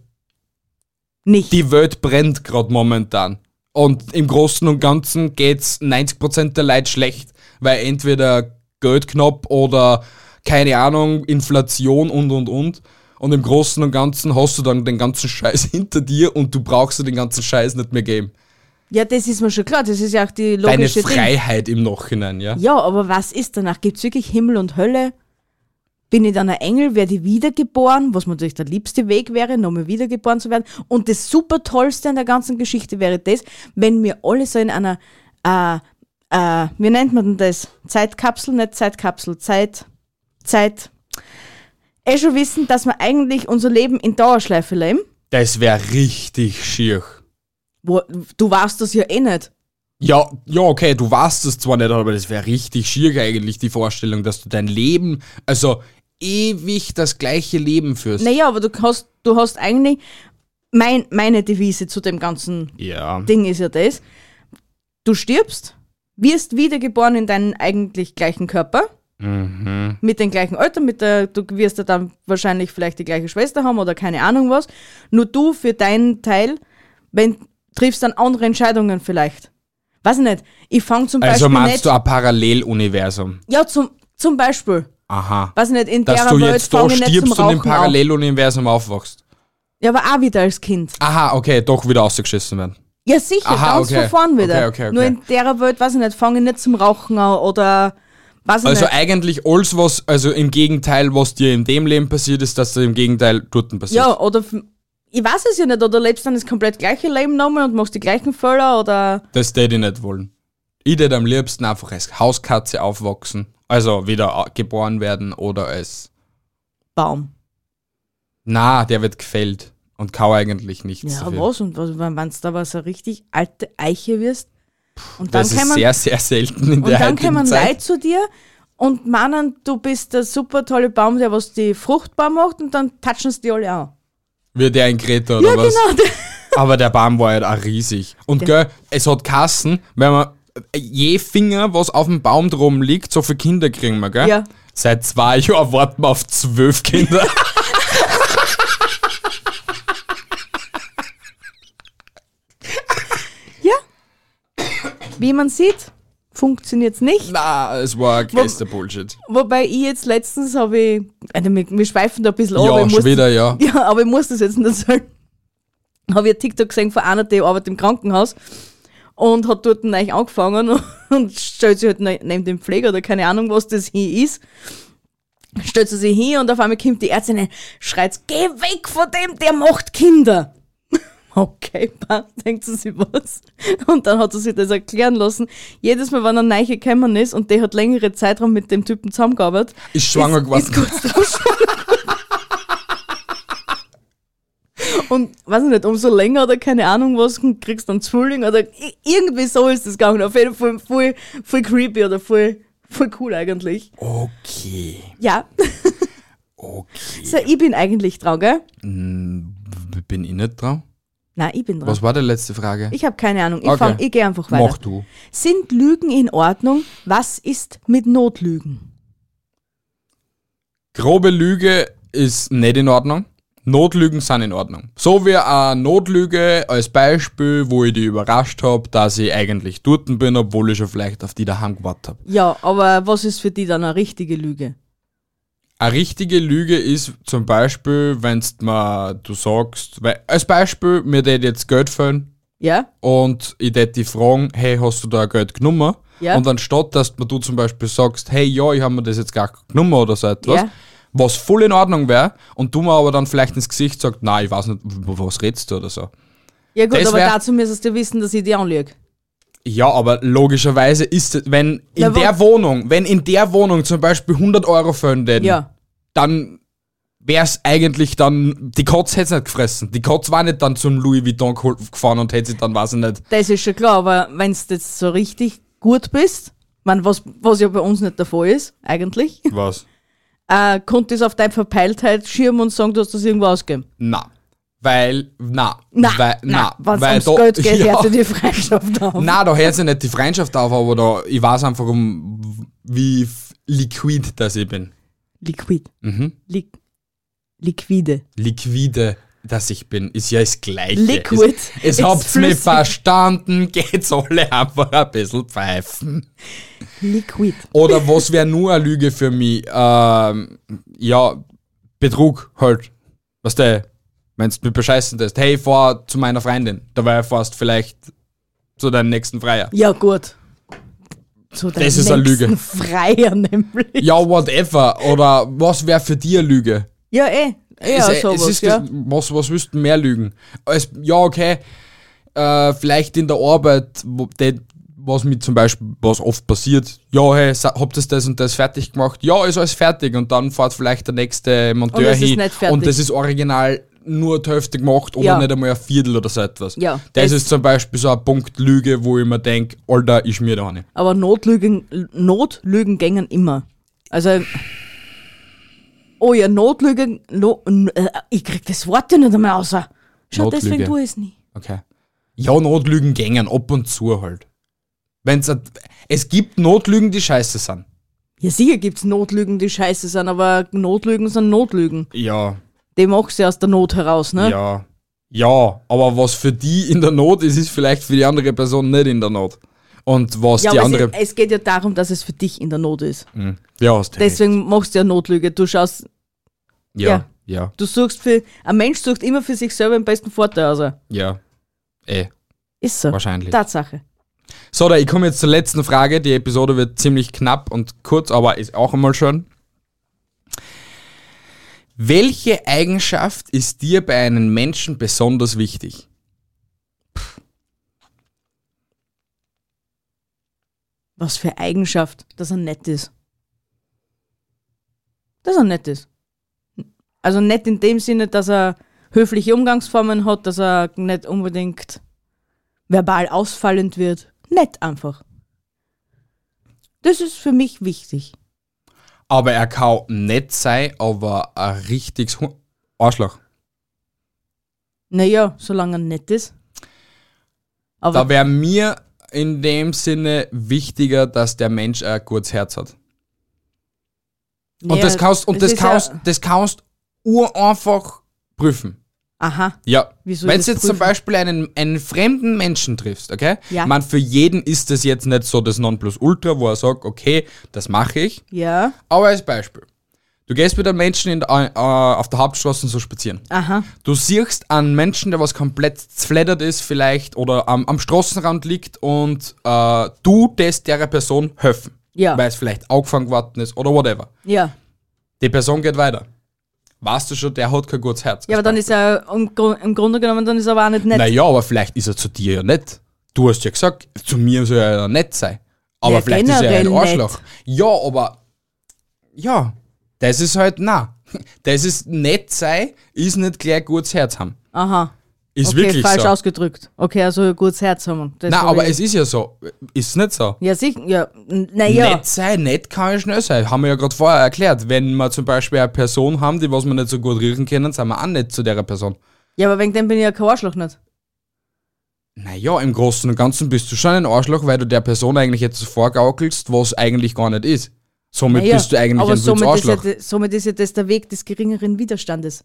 [SPEAKER 2] Nicht.
[SPEAKER 1] Die Welt brennt gerade momentan. Und im Großen und Ganzen geht's 90% der Leute schlecht, weil entweder Geld knapp oder keine Ahnung, Inflation und und und. Und im Großen und Ganzen hast du dann den ganzen Scheiß hinter dir und du brauchst dir den ganzen Scheiß nicht mehr geben.
[SPEAKER 2] ja, das ist mir schon klar. Das ist ja auch die
[SPEAKER 1] Deine
[SPEAKER 2] logische Ding.
[SPEAKER 1] Freiheit im Nachhinein, ja?
[SPEAKER 2] Ja, aber was ist danach? Gibt es wirklich Himmel und Hölle? Bin ich dann ein Engel? Werde ich wiedergeboren? Was mir natürlich der liebste Weg wäre, nochmal wiedergeboren zu werden. Und das super Tollste an der ganzen Geschichte wäre das, wenn wir alle so in einer, äh, äh, wie nennt man denn das? Zeitkapsel, nicht Zeitkapsel, Zeit, Zeit. Eh schon wissen, dass wir eigentlich unser Leben in Dauerschleife leben.
[SPEAKER 1] Das wäre richtig schier.
[SPEAKER 2] Wo, du warst das ja eh nicht.
[SPEAKER 1] Ja, ja, okay, du weißt es zwar nicht, aber das wäre richtig schier eigentlich, die Vorstellung, dass du dein Leben, also ewig das gleiche Leben führst.
[SPEAKER 2] Naja, aber du hast, du hast eigentlich mein, meine Devise zu dem ganzen
[SPEAKER 1] Ja.
[SPEAKER 2] Ding ist ja das, du stirbst, wirst wiedergeboren in deinen eigentlich gleichen Körper,
[SPEAKER 1] Mhm.
[SPEAKER 2] mit dem gleichen Alter, mit der, du wirst ja dann wahrscheinlich vielleicht die gleiche Schwester haben oder keine Ahnung was, nur du für deinen Teil, wenn, triffst dann andere Entscheidungen vielleicht. Weiß ich nicht, ich fange zum
[SPEAKER 1] Also
[SPEAKER 2] Beispiel
[SPEAKER 1] meinst
[SPEAKER 2] nicht,
[SPEAKER 1] du ein Paralleluniversum?
[SPEAKER 2] ja zum, zum Beispiel,
[SPEAKER 1] Aha.
[SPEAKER 2] Weiß nicht, in
[SPEAKER 1] Dass
[SPEAKER 2] der
[SPEAKER 1] du
[SPEAKER 2] Welt
[SPEAKER 1] jetzt da
[SPEAKER 2] fang ich nicht zum
[SPEAKER 1] stirbst und im
[SPEAKER 2] Rauchen
[SPEAKER 1] Paralleluniversum aufwachst.
[SPEAKER 2] auf. Ja, aber auch wieder als Kind.
[SPEAKER 1] Aha, okay, doch wieder ausgeschissen werden.
[SPEAKER 2] Ja, sicher,
[SPEAKER 1] Aha,
[SPEAKER 2] ganz
[SPEAKER 1] okay.
[SPEAKER 2] von vorn wieder.
[SPEAKER 1] Okay, okay, okay.
[SPEAKER 2] Nur in der Welt, weiß ich nicht, fange ich nicht zum Rauchen an oder weiß ich
[SPEAKER 1] Also
[SPEAKER 2] nicht.
[SPEAKER 1] eigentlich alles, was, also im Gegenteil, was dir in dem Leben passiert ist, dass dir im Gegenteil dort passiert.
[SPEAKER 2] Ja, oder f- ich weiß es ja nicht, oder lebst dann das komplett gleiche Leben nochmal und machst die gleichen Fehler oder.
[SPEAKER 1] Das tät ich nicht wollen. Ich tät am liebsten einfach als Hauskatze aufwachsen. Also wieder au- geboren werden oder als.
[SPEAKER 2] Baum.
[SPEAKER 1] Na, der wird gefällt und kau eigentlich nichts.
[SPEAKER 2] Ja,
[SPEAKER 1] dafür.
[SPEAKER 2] was? Und was, wenn du da was eine richtig alte Eiche wirst und dann
[SPEAKER 1] Das ist
[SPEAKER 2] kommen,
[SPEAKER 1] sehr, sehr selten in
[SPEAKER 2] und
[SPEAKER 1] der
[SPEAKER 2] dann
[SPEAKER 1] heutigen
[SPEAKER 2] kommen Leute
[SPEAKER 1] Zeit.
[SPEAKER 2] zu dir und meinen, du bist der super tolle Baum, der was die fruchtbar macht und dann touchen sie die alle an.
[SPEAKER 1] Wird der in Kreta oder
[SPEAKER 2] Ja,
[SPEAKER 1] was?
[SPEAKER 2] genau.
[SPEAKER 1] Aber der Baum war halt auch riesig. Und gell, es hat Kassen, wenn man je Finger, was auf dem Baum drum liegt, so viele Kinder kriegen wir, gell?
[SPEAKER 2] Ja.
[SPEAKER 1] Seit zwei Jahren warten wir auf zwölf Kinder.
[SPEAKER 2] Ja. Wie man sieht, funktioniert's nicht.
[SPEAKER 1] Na, es war größter Bullshit.
[SPEAKER 2] Wobei ich jetzt letztens habe ich, also wir, wir schweifen da ein bisschen ab, aber
[SPEAKER 1] ja,
[SPEAKER 2] ich
[SPEAKER 1] schon
[SPEAKER 2] muss,
[SPEAKER 1] wieder, ja.
[SPEAKER 2] ja, aber ich muss das jetzt nicht sagen. Habe ich ein TikTok gesehen von einer, die arbeitet im Krankenhaus und hat dort neu angefangen und stellt sich halt neu- neben dem Pfleger oder keine Ahnung, was das hier ist. Stellt sie sich hin und auf einmal kommt die Ärztin rein, schreit, geh weg von dem, der macht Kinder. Okay, passt, denkt sie sich was. Und dann hat sie sich das erklären lassen. Jedes Mal, wenn ein Neiche gekommen ist und der hat längere Zeitraum mit dem Typen zusammengearbeitet,
[SPEAKER 1] Ist schwanger geworden.
[SPEAKER 2] ist kurz davor schwanger. Und weiß ich nicht, umso länger oder keine Ahnung was, und kriegst dann Zwilling oder i- irgendwie so ist das gegangen. Auf jeden Fall voll, voll creepy oder voll, voll cool eigentlich.
[SPEAKER 1] Oh. Okay.
[SPEAKER 2] Ja.
[SPEAKER 1] Okay.
[SPEAKER 2] So, ich bin eigentlich dran, gell?
[SPEAKER 1] Bin ich nicht dran?
[SPEAKER 2] Nein, ich bin dran.
[SPEAKER 1] Was war die letzte Frage?
[SPEAKER 2] Ich habe keine Ahnung. Ich,
[SPEAKER 1] Okay.
[SPEAKER 2] fang- ich gehe einfach weiter.
[SPEAKER 1] Mach du.
[SPEAKER 2] Sind Lügen in Ordnung? Was ist mit Notlügen?
[SPEAKER 1] Grobe Lüge ist nicht in Ordnung. Notlügen sind in Ordnung. So wie eine Notlüge als Beispiel, wo ich die überrascht habe, dass ich eigentlich dort bin, obwohl ich schon vielleicht auf die daheim gewartet habe.
[SPEAKER 2] Ja, aber was ist für die dann eine richtige Lüge?
[SPEAKER 1] Eine richtige Lüge ist zum Beispiel, wenn du sagst, weil, als Beispiel, mir tät jetzt Geld fehlen,
[SPEAKER 2] Ja?
[SPEAKER 1] und ich tät die fragen, hey, hast du da Geld genommen?
[SPEAKER 2] Ja.
[SPEAKER 1] Und anstatt, dass man du zum Beispiel sagst, hey, ja, ich habe mir das jetzt gar nicht genommen oder so etwas,
[SPEAKER 2] Ja.
[SPEAKER 1] was voll in Ordnung wäre, und du mir aber dann vielleicht ins Gesicht sagst, nein, ich weiß nicht, w- was redest du oder so.
[SPEAKER 2] Ja gut,
[SPEAKER 1] Das
[SPEAKER 2] aber
[SPEAKER 1] wär-
[SPEAKER 2] dazu müsstest du wissen, dass ich die anlüge.
[SPEAKER 1] Ja, aber logischerweise ist es, wenn in
[SPEAKER 2] Na, wa-
[SPEAKER 1] der Wohnung, wenn in der Wohnung zum Beispiel 100 Euro fehlen, würden,
[SPEAKER 2] Ja.
[SPEAKER 1] dann wär's eigentlich dann, die Katz hätt's nicht gefressen. Die Katz war nicht dann zum Louis Vuitton gehol- gefahren und hätte sich dann, weiß ich nicht,
[SPEAKER 2] Das ist schon klar, aber wenn du jetzt so richtig gut bist, man, was, was ja bei uns nicht der Fall ist, eigentlich,
[SPEAKER 1] was.
[SPEAKER 2] äh, konntest du es auf deine Verpeiltheit schirmen und sagen, du hast das irgendwo ausgegeben.
[SPEAKER 1] Na. Weil, na.
[SPEAKER 2] Na,
[SPEAKER 1] weil,
[SPEAKER 2] na, wenn
[SPEAKER 1] weil
[SPEAKER 2] es ums Geld geht,
[SPEAKER 1] ja.
[SPEAKER 2] hört sich die Freundschaft auf.
[SPEAKER 1] Na, da hört sich nicht die Freundschaft auf, aber da, ich weiß einfach, um, wie f- liquid das ich bin.
[SPEAKER 2] Liquid.
[SPEAKER 1] Mhm.
[SPEAKER 2] Li Liquide.
[SPEAKER 1] Liquide, das ich bin, ist ja das Gleiche.
[SPEAKER 2] Liquid
[SPEAKER 1] Es,
[SPEAKER 2] ist
[SPEAKER 1] es habt's
[SPEAKER 2] flüssig.
[SPEAKER 1] mich verstanden, geht's alle einfach ein bisschen pfeifen.
[SPEAKER 2] Liquid.
[SPEAKER 1] Oder was wäre nur eine Lüge für mich? Ähm, ja, Betrug halt. Weißt du, wenn du mich bescheißen hast, hey, fahr zu meiner Freundin. Dabei fährst vielleicht zu deinem nächsten Freier.
[SPEAKER 2] Ja, gut. Zu deinem
[SPEAKER 1] ist eine
[SPEAKER 2] nächsten
[SPEAKER 1] Lüge.
[SPEAKER 2] Freier nämlich.
[SPEAKER 1] Ja, whatever. Oder was wäre für dich eine Lüge?
[SPEAKER 2] Ja, eh. eh
[SPEAKER 1] es,
[SPEAKER 2] ja,
[SPEAKER 1] es
[SPEAKER 2] sowas,
[SPEAKER 1] ist
[SPEAKER 2] ja.
[SPEAKER 1] das, was, was wüssten mehr Lügen? Als, ja, okay, äh, vielleicht in der Arbeit, wo, de, was mit zum Beispiel, was oft passiert, ja, hey, sa- habt ihr das und das fertig gemacht? Ja, ist alles fertig. Und dann fährt vielleicht der nächste Monteur
[SPEAKER 2] es ist
[SPEAKER 1] hin
[SPEAKER 2] nicht fertig.
[SPEAKER 1] und das ist original nur die Hälfte gemacht oder
[SPEAKER 2] Ja.
[SPEAKER 1] nicht einmal ein Viertel oder so etwas.
[SPEAKER 2] Ja,
[SPEAKER 1] das,
[SPEAKER 2] das-
[SPEAKER 1] ist zum Beispiel so ein Punkt Lüge, wo ich mir denke, Alter, ich mir da nicht.
[SPEAKER 2] Aber Notlügen, Notlügen gängen immer. Also. Oh ja, Notlügen. No, n- äh, ich krieg das Wort ja nicht einmal raus. Schau,
[SPEAKER 1] Notlüge.
[SPEAKER 2] deswegen tue ich es nie.
[SPEAKER 1] Okay. Ja, Notlügen gängen, ab und zu halt. Wenn's, a- es gibt Notlügen, die scheiße sind.
[SPEAKER 2] Ja, sicher gibt's Notlügen, die scheiße sind, aber Notlügen sind Notlügen.
[SPEAKER 1] Ja,
[SPEAKER 2] Die machst du aus der Not heraus, ne?
[SPEAKER 1] ja. Ja, aber was für die in der Not ist, ist vielleicht für die andere Person nicht in der Not. Und was
[SPEAKER 2] Ja,
[SPEAKER 1] die
[SPEAKER 2] aber
[SPEAKER 1] andere.
[SPEAKER 2] es, es geht ja darum, dass es für dich in der Not ist.
[SPEAKER 1] ja, hast du
[SPEAKER 2] Deswegen machst du ja Notlüge. Du schaust,
[SPEAKER 1] recht. Ja, ja,
[SPEAKER 2] du suchst für, ein Mensch sucht immer für sich selber den besten Vorteil aus.
[SPEAKER 1] ja. Eh,
[SPEAKER 2] Ist so.
[SPEAKER 1] wahrscheinlich.
[SPEAKER 2] Tatsache.
[SPEAKER 1] So, da, ich komme jetzt zur letzten Frage. Die Episode wird ziemlich knapp und kurz, aber ist auch einmal schön. Welche Eigenschaft ist dir bei einem Menschen besonders wichtig?
[SPEAKER 2] Was für Eigenschaft, dass er nett ist. Dass er nett ist. Also nett in dem Sinne, dass er höfliche Umgangsformen hat, dass er nicht unbedingt verbal ausfallend wird. Nett einfach. Das ist für mich wichtig.
[SPEAKER 1] Aber er kann nett sein, aber ein richtiges Hu- Arschloch.
[SPEAKER 2] Naja, solange er nett ist. Aber
[SPEAKER 1] Da wäre mir in dem Sinne wichtiger, dass der Mensch ein gutes Herz hat. Und
[SPEAKER 2] naja,
[SPEAKER 1] das kannst und
[SPEAKER 2] es
[SPEAKER 1] das
[SPEAKER 2] ist ja-
[SPEAKER 1] kannst, das kannst ureinfach prüfen.
[SPEAKER 2] Aha,
[SPEAKER 1] Ja.
[SPEAKER 2] Wieso
[SPEAKER 1] Wenn
[SPEAKER 2] das
[SPEAKER 1] du jetzt zum
[SPEAKER 2] prüfen?
[SPEAKER 1] Beispiel einen, einen fremden Menschen triffst, okay?
[SPEAKER 2] Ja.
[SPEAKER 1] Man, für jeden ist das jetzt nicht so das Nonplusultra, wo er sagt, okay, das mache ich.
[SPEAKER 2] ja,
[SPEAKER 1] Aber als Beispiel. Du gehst mit einem Menschen in, der- äh, auf der Hauptstraße so spazieren.
[SPEAKER 2] aha,
[SPEAKER 1] Du siehst einen Menschen, der was komplett zfleddert ist vielleicht oder am, am Straßenrand liegt und äh, du test der Person helfen.
[SPEAKER 2] Ja.
[SPEAKER 1] Weil es vielleicht angefangen worden ist oder whatever.
[SPEAKER 2] ja.
[SPEAKER 1] Die Person geht weiter. Weißt du schon, der hat kein gutes Herz.
[SPEAKER 2] Ja, aber dann ist er im, Gru- im Grunde genommen, dann ist er aber auch nicht nett.
[SPEAKER 1] Naja, aber vielleicht ist er zu dir ja nett. Du hast ja gesagt, zu mir soll er ja nett sein. Aber
[SPEAKER 2] Ja,
[SPEAKER 1] vielleicht ist er ja ein
[SPEAKER 2] generell
[SPEAKER 1] Arschloch. Ja, aber. Ja, das ist halt, na. Das ist nett sein, ist nicht gleich gutes Herz haben.
[SPEAKER 2] Aha.
[SPEAKER 1] Ist
[SPEAKER 2] okay,
[SPEAKER 1] wirklich
[SPEAKER 2] falsch
[SPEAKER 1] so.
[SPEAKER 2] ausgedrückt. Okay, also ein gutes Herz haben wir. Das
[SPEAKER 1] Na,
[SPEAKER 2] hab
[SPEAKER 1] aber
[SPEAKER 2] ich-
[SPEAKER 1] es ist ja so. Ist nicht so.
[SPEAKER 2] Ja, sicher. Ja, naja.
[SPEAKER 1] Nett sein, nett kann ja schnell sein. Haben wir ja gerade vorher erklärt. Wenn wir zum Beispiel eine Person haben, die was wir nicht so gut riechen können, sind wir auch nett zu der Person.
[SPEAKER 2] Ja, aber wegen dem bin ich ja kein Arschloch nicht.
[SPEAKER 1] Naja, im Großen und Ganzen bist du schon ein Arschloch, weil du der Person eigentlich jetzt vorgaukelst, was eigentlich gar nicht ist. Somit
[SPEAKER 2] Naja,
[SPEAKER 1] bist du eigentlich
[SPEAKER 2] aber
[SPEAKER 1] ein
[SPEAKER 2] somit
[SPEAKER 1] wildes
[SPEAKER 2] Ist
[SPEAKER 1] Arschloch.
[SPEAKER 2] ja, de- somit ist ja das der Weg des geringeren Widerstandes.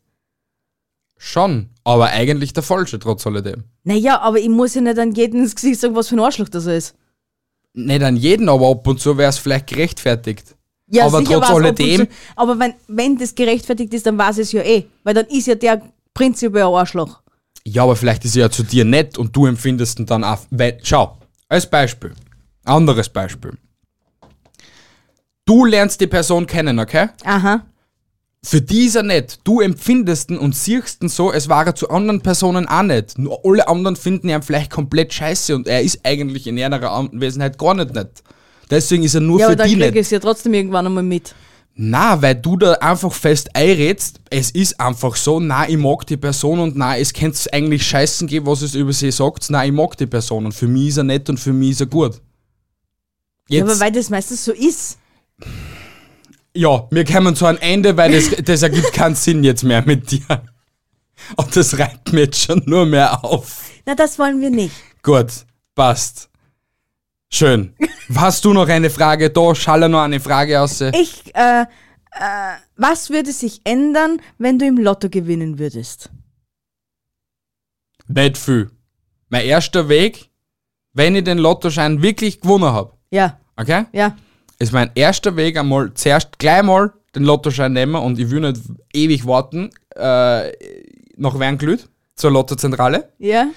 [SPEAKER 1] schon, aber eigentlich der falsche, trotz alledem.
[SPEAKER 2] Naja, aber ich muss ja nicht an jeden ins Gesicht sagen, was für ein Arschloch das er ist.
[SPEAKER 1] Nicht an jeden, aber ab und zu wäre es vielleicht gerechtfertigt.
[SPEAKER 2] Ja,
[SPEAKER 1] aber
[SPEAKER 2] sicher
[SPEAKER 1] trotz
[SPEAKER 2] war's ab und
[SPEAKER 1] alledem,
[SPEAKER 2] zu- aber wenn, wenn das gerechtfertigt ist, dann war es ja eh. Weil dann ist ja der prinzipiell ein Arschloch.
[SPEAKER 1] ja, aber vielleicht ist er ja zu dir nett und du empfindest ihn dann auch. Weil, schau, als Beispiel. Anderes Beispiel. Du lernst die Person kennen, okay?
[SPEAKER 2] Aha.
[SPEAKER 1] für dieser nicht. Du empfindest ihn und siehst ihn so, es war er zu anderen Personen auch nicht. Nur alle anderen finden ihn vielleicht komplett scheiße und er ist eigentlich in ihrer Anwesenheit gar nicht nett. Deswegen ist er nur
[SPEAKER 2] Ja, aber
[SPEAKER 1] für
[SPEAKER 2] dann
[SPEAKER 1] die
[SPEAKER 2] krieg ich
[SPEAKER 1] nicht.
[SPEAKER 2] es ja trotzdem irgendwann einmal mit.
[SPEAKER 1] Na, weil du da einfach fest einredst, es ist einfach so, na, ich mag die Person und na, es könnte eigentlich scheißen geben, was es über sie sagt, na, ich mag die Person und für mich ist er nett und für mich ist er gut.
[SPEAKER 2] Ja,
[SPEAKER 1] Jetzt,
[SPEAKER 2] aber weil das meistens so ist.
[SPEAKER 1] Ja, wir kommen zu einem Ende, weil das, das ergibt keinen Sinn jetzt mehr mit dir. Und das reibt mir jetzt schon nur mehr auf.
[SPEAKER 2] Na, das wollen wir nicht.
[SPEAKER 1] Gut, passt. Schön. Hast du noch eine Frage? Da schalle noch eine Frage aus.
[SPEAKER 2] Ich, äh, äh, was würde sich ändern, wenn du im Lotto gewinnen würdest?
[SPEAKER 1] Nicht viel. Mein erster Weg, wenn ich den Lottoschein wirklich gewonnen habe,
[SPEAKER 2] Ja,
[SPEAKER 1] okay?
[SPEAKER 2] ja.
[SPEAKER 1] Ist mein erster Weg einmal zuerst gleich mal den Lottoschein nehmen und ich will nicht ewig warten, äh, nach Wernglüt zur Lottozentrale.
[SPEAKER 2] Ja?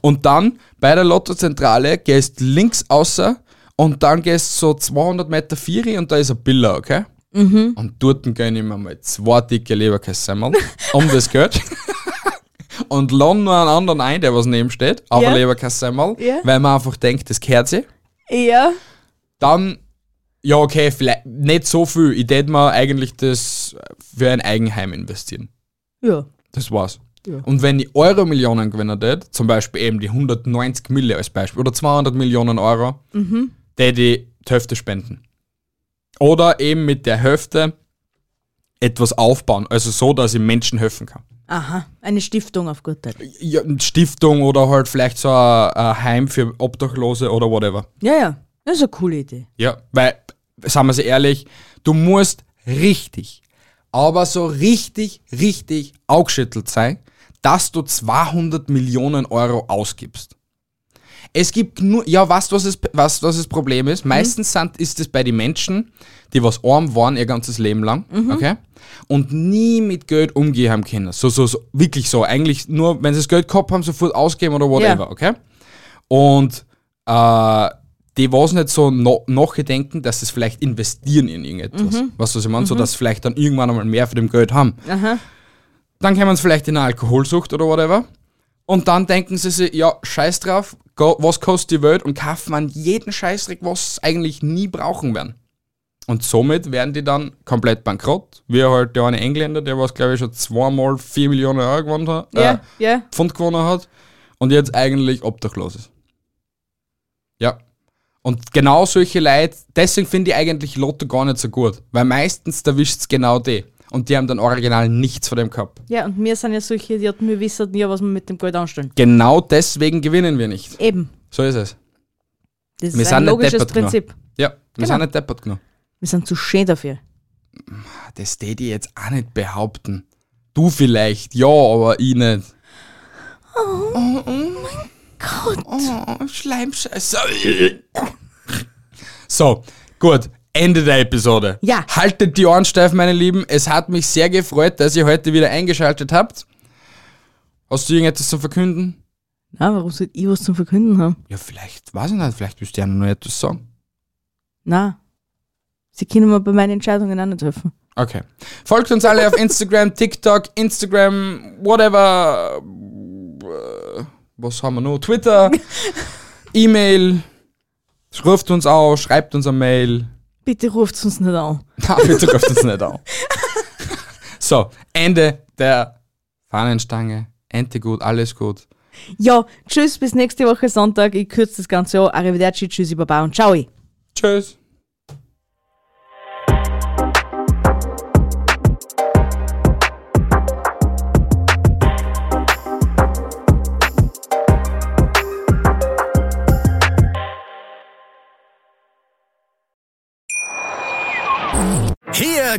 [SPEAKER 1] Und dann bei der Lottozentrale gehst links außer und dann gehst so 200 Meter vieri und da ist ein Biller, okay?
[SPEAKER 2] Mhm.
[SPEAKER 1] Und dort gönn ich mir mal zwei dicke Leberkässemmel um das Geld. und lade nur einen anderen ein, der was neben steht, auf
[SPEAKER 2] Ja.
[SPEAKER 1] ein Leberkässemmel,
[SPEAKER 2] Ja.
[SPEAKER 1] weil man einfach denkt, das gehört sich.
[SPEAKER 2] Ja?
[SPEAKER 1] Dann, ja okay, vielleicht nicht so viel. Ich tät mir eigentlich das für ein Eigenheim investieren.
[SPEAKER 2] Ja.
[SPEAKER 1] Das war's. Und wenn ich Euro-Millionen gewinnen tät, zum Beispiel eben die 190 Mille als Beispiel oder 200 Millionen Euro, mhm. tät ich die Hälfte spenden. Oder eben mit der Hälfte etwas aufbauen, also so, dass ich Menschen helfen kann.
[SPEAKER 2] Aha, eine Stiftung auf gut Deutsch.
[SPEAKER 1] Ja, eine Stiftung oder halt vielleicht so ein, ein Heim für Obdachlose oder whatever.
[SPEAKER 2] Ja, ja. Das ist eine coole Idee.
[SPEAKER 1] Ja, weil, sagen wir sie ehrlich, du musst richtig, aber so richtig, richtig aufgeschüttelt sein, dass du 200 Millionen Euro ausgibst. Es gibt nur, ja, weißt du, was, es- was, was das Problem ist? Meistens sind, ist es bei den Menschen, die was arm waren ihr ganzes Leben lang, okay? Und nie mit Geld umgehen haben können. So, so, so, wirklich so. Eigentlich nur, wenn sie das Geld gehabt haben, sofort ausgeben oder whatever,
[SPEAKER 2] Ja.
[SPEAKER 1] okay? Und äh, die was nicht so no, nachdenken, dass sie es vielleicht investieren in irgendetwas. Weißt du, was ich meine? So, dass sie vielleicht dann irgendwann einmal mehr von dem Geld haben. Dann kommen sie vielleicht in eine Alkoholsucht oder whatever. Und dann denken sie sich, ja, scheiß drauf, go, was kostet die Welt und kaufen an jeden Scheißdreck, was sie eigentlich nie brauchen werden. Und somit werden die dann komplett bankrott. Wie halt der eine Engländer, der was, glaube ich, schon zweimal 4 Millionen Euro gewonnen hat, äh,
[SPEAKER 2] Ja, ja.
[SPEAKER 1] Pfund gewonnen hat und jetzt eigentlich obdachlos ist. Ja. Und genau solche Leute, deswegen finde ich eigentlich Lotto gar nicht so gut, weil meistens erwischt es genau die. Und die haben dann original nichts von dem gehabt.
[SPEAKER 2] Ja, und wir sind ja solche Idioten, wir wissen ja, was wir mit dem Geld anstellen.
[SPEAKER 1] Genau deswegen gewinnen wir nicht.
[SPEAKER 2] Eben.
[SPEAKER 1] So ist es.
[SPEAKER 2] Das
[SPEAKER 1] Wir
[SPEAKER 2] ist
[SPEAKER 1] sind
[SPEAKER 2] ein
[SPEAKER 1] nicht
[SPEAKER 2] logisches
[SPEAKER 1] deppert genug.
[SPEAKER 2] Prinzip.
[SPEAKER 1] Ja, wir
[SPEAKER 2] Genau.
[SPEAKER 1] sind nicht deppert genug.
[SPEAKER 2] Wir sind zu schön dafür.
[SPEAKER 1] Das tät ich jetzt auch nicht behaupten. Du vielleicht, ja, aber ich nicht. Oh, mein Gott. Oh, Schleimscheiße. So, gut. Ende der Episode.
[SPEAKER 2] Ja.
[SPEAKER 1] Haltet die Ohren steif, meine Lieben. Es hat mich sehr gefreut, dass ihr heute wieder eingeschaltet habt. Hast du irgendetwas zu verkünden?
[SPEAKER 2] Na, warum soll ich was zum Verkünden haben?
[SPEAKER 1] Ja, vielleicht, weiß ich nicht, vielleicht willst du ja noch etwas sagen.
[SPEAKER 2] Na. Sie können mir bei meinen Entscheidungen auch nicht helfen.
[SPEAKER 1] Okay. Folgt uns alle auf Instagram, TikTok, Instagram, whatever. äh, Was haben wir noch? Twitter, E-Mail. Ruft uns auf, schreibt uns eine Mail.
[SPEAKER 2] Bitte ruft uns nicht an.
[SPEAKER 1] Na, bitte ruft uns nicht auf. So, Ende der Fahnenstange. Ente gut, alles gut.
[SPEAKER 2] Ja, tschüss, bis nächste Woche Sonntag. Ich kürze das Ganze an. Arrivederci, tschüssi, baba und ciao.
[SPEAKER 1] Tschüss.
[SPEAKER 4] Hier